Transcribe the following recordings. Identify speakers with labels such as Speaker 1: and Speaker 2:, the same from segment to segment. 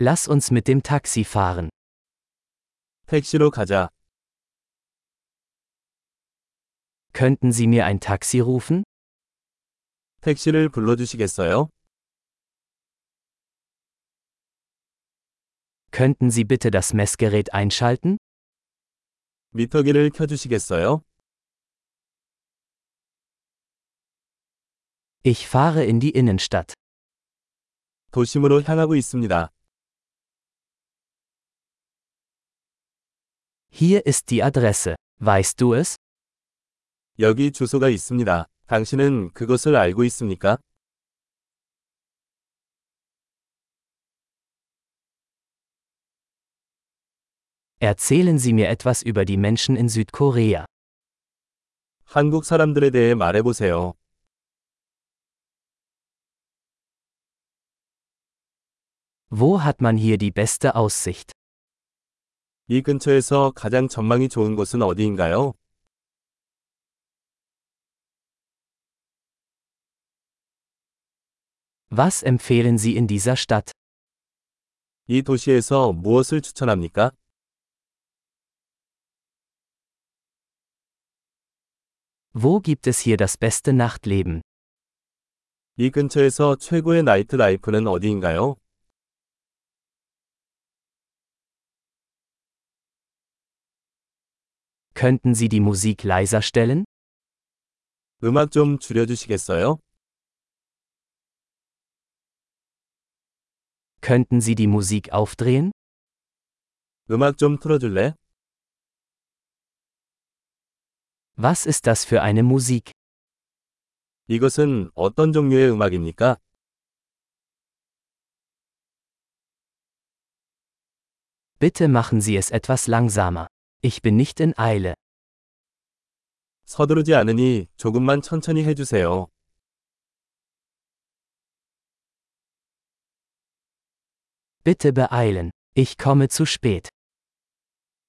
Speaker 1: Lass uns mit dem Taxi fahren.
Speaker 2: 택시로 가자.
Speaker 1: Könnten Sie mir ein Taxi rufen?
Speaker 2: 택시를 불러주시겠어요?
Speaker 1: Könnten Sie bitte das Messgerät einschalten?
Speaker 2: 미터기를 켜주시겠어요?
Speaker 1: Ich fahre in die Innenstadt.
Speaker 2: 도심으로 향하고 있습니다.
Speaker 1: Hier ist die Adresse. Weißt du es?
Speaker 2: 여기 주소가 있습니다. 당신은 그것을 알고 있습니까?
Speaker 1: Erzählen Sie mir etwas über die Menschen in Südkorea.
Speaker 2: 한국 사람들에 대해 말해보세요.
Speaker 1: Wo hat man hier die beste Aussicht?
Speaker 2: 이 근처에서 가장 전망이 좋은 곳은 어디인가요?
Speaker 1: Was empfehlen Sie in dieser Stadt?
Speaker 2: 이 도시에서 무엇을 추천합니까?
Speaker 1: Wo gibt es hier das beste Nachtleben?
Speaker 2: 이 근처에서 최고의 나이트 라이프는 어디인가요?
Speaker 1: Könnten Sie die Musik leiser stellen?
Speaker 2: 음악 좀 줄여주시겠어요?
Speaker 1: Könnten Sie die Musik aufdrehen?
Speaker 2: 음악 좀 틀어줄래?
Speaker 1: Was ist das für eine Musik?
Speaker 2: 이것은 어떤 종류의 음악입니까?
Speaker 1: Bitte machen Sie es etwas langsamer. Ich bin nicht in Eile.
Speaker 2: 서두르지 않으니 조금만 천천히 해주세요.
Speaker 1: Bitte beeilen. Ich komme zu spät.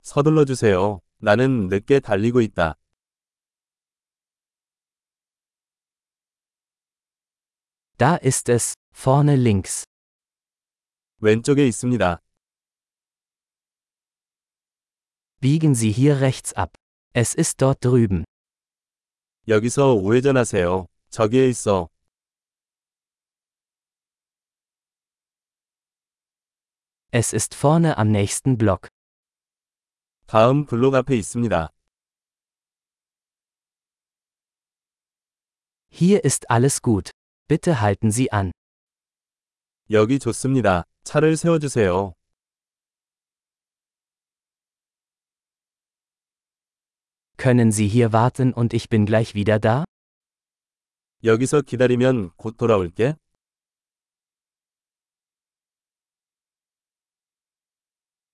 Speaker 2: 서둘러 주세요. 나는 늦게 달리고 있다.
Speaker 1: Da ist es, vorne links.
Speaker 2: 왼쪽에 있습니다.
Speaker 1: Biegen Sie hier rechts ab. Es ist dort drüben.
Speaker 2: 여기서 우회전하세요. 저기에 있어.
Speaker 1: Es ist vorne am nächsten Block.
Speaker 2: 다음 블록 앞에 있습니다.
Speaker 1: Hier ist alles gut. Bitte halten Sie an.
Speaker 2: 여기 좋습니다. 차를 세워주세요.
Speaker 1: Können Sie hier warten und ich bin gleich wieder da?
Speaker 2: 여기서 기다리면 곧 돌아올게.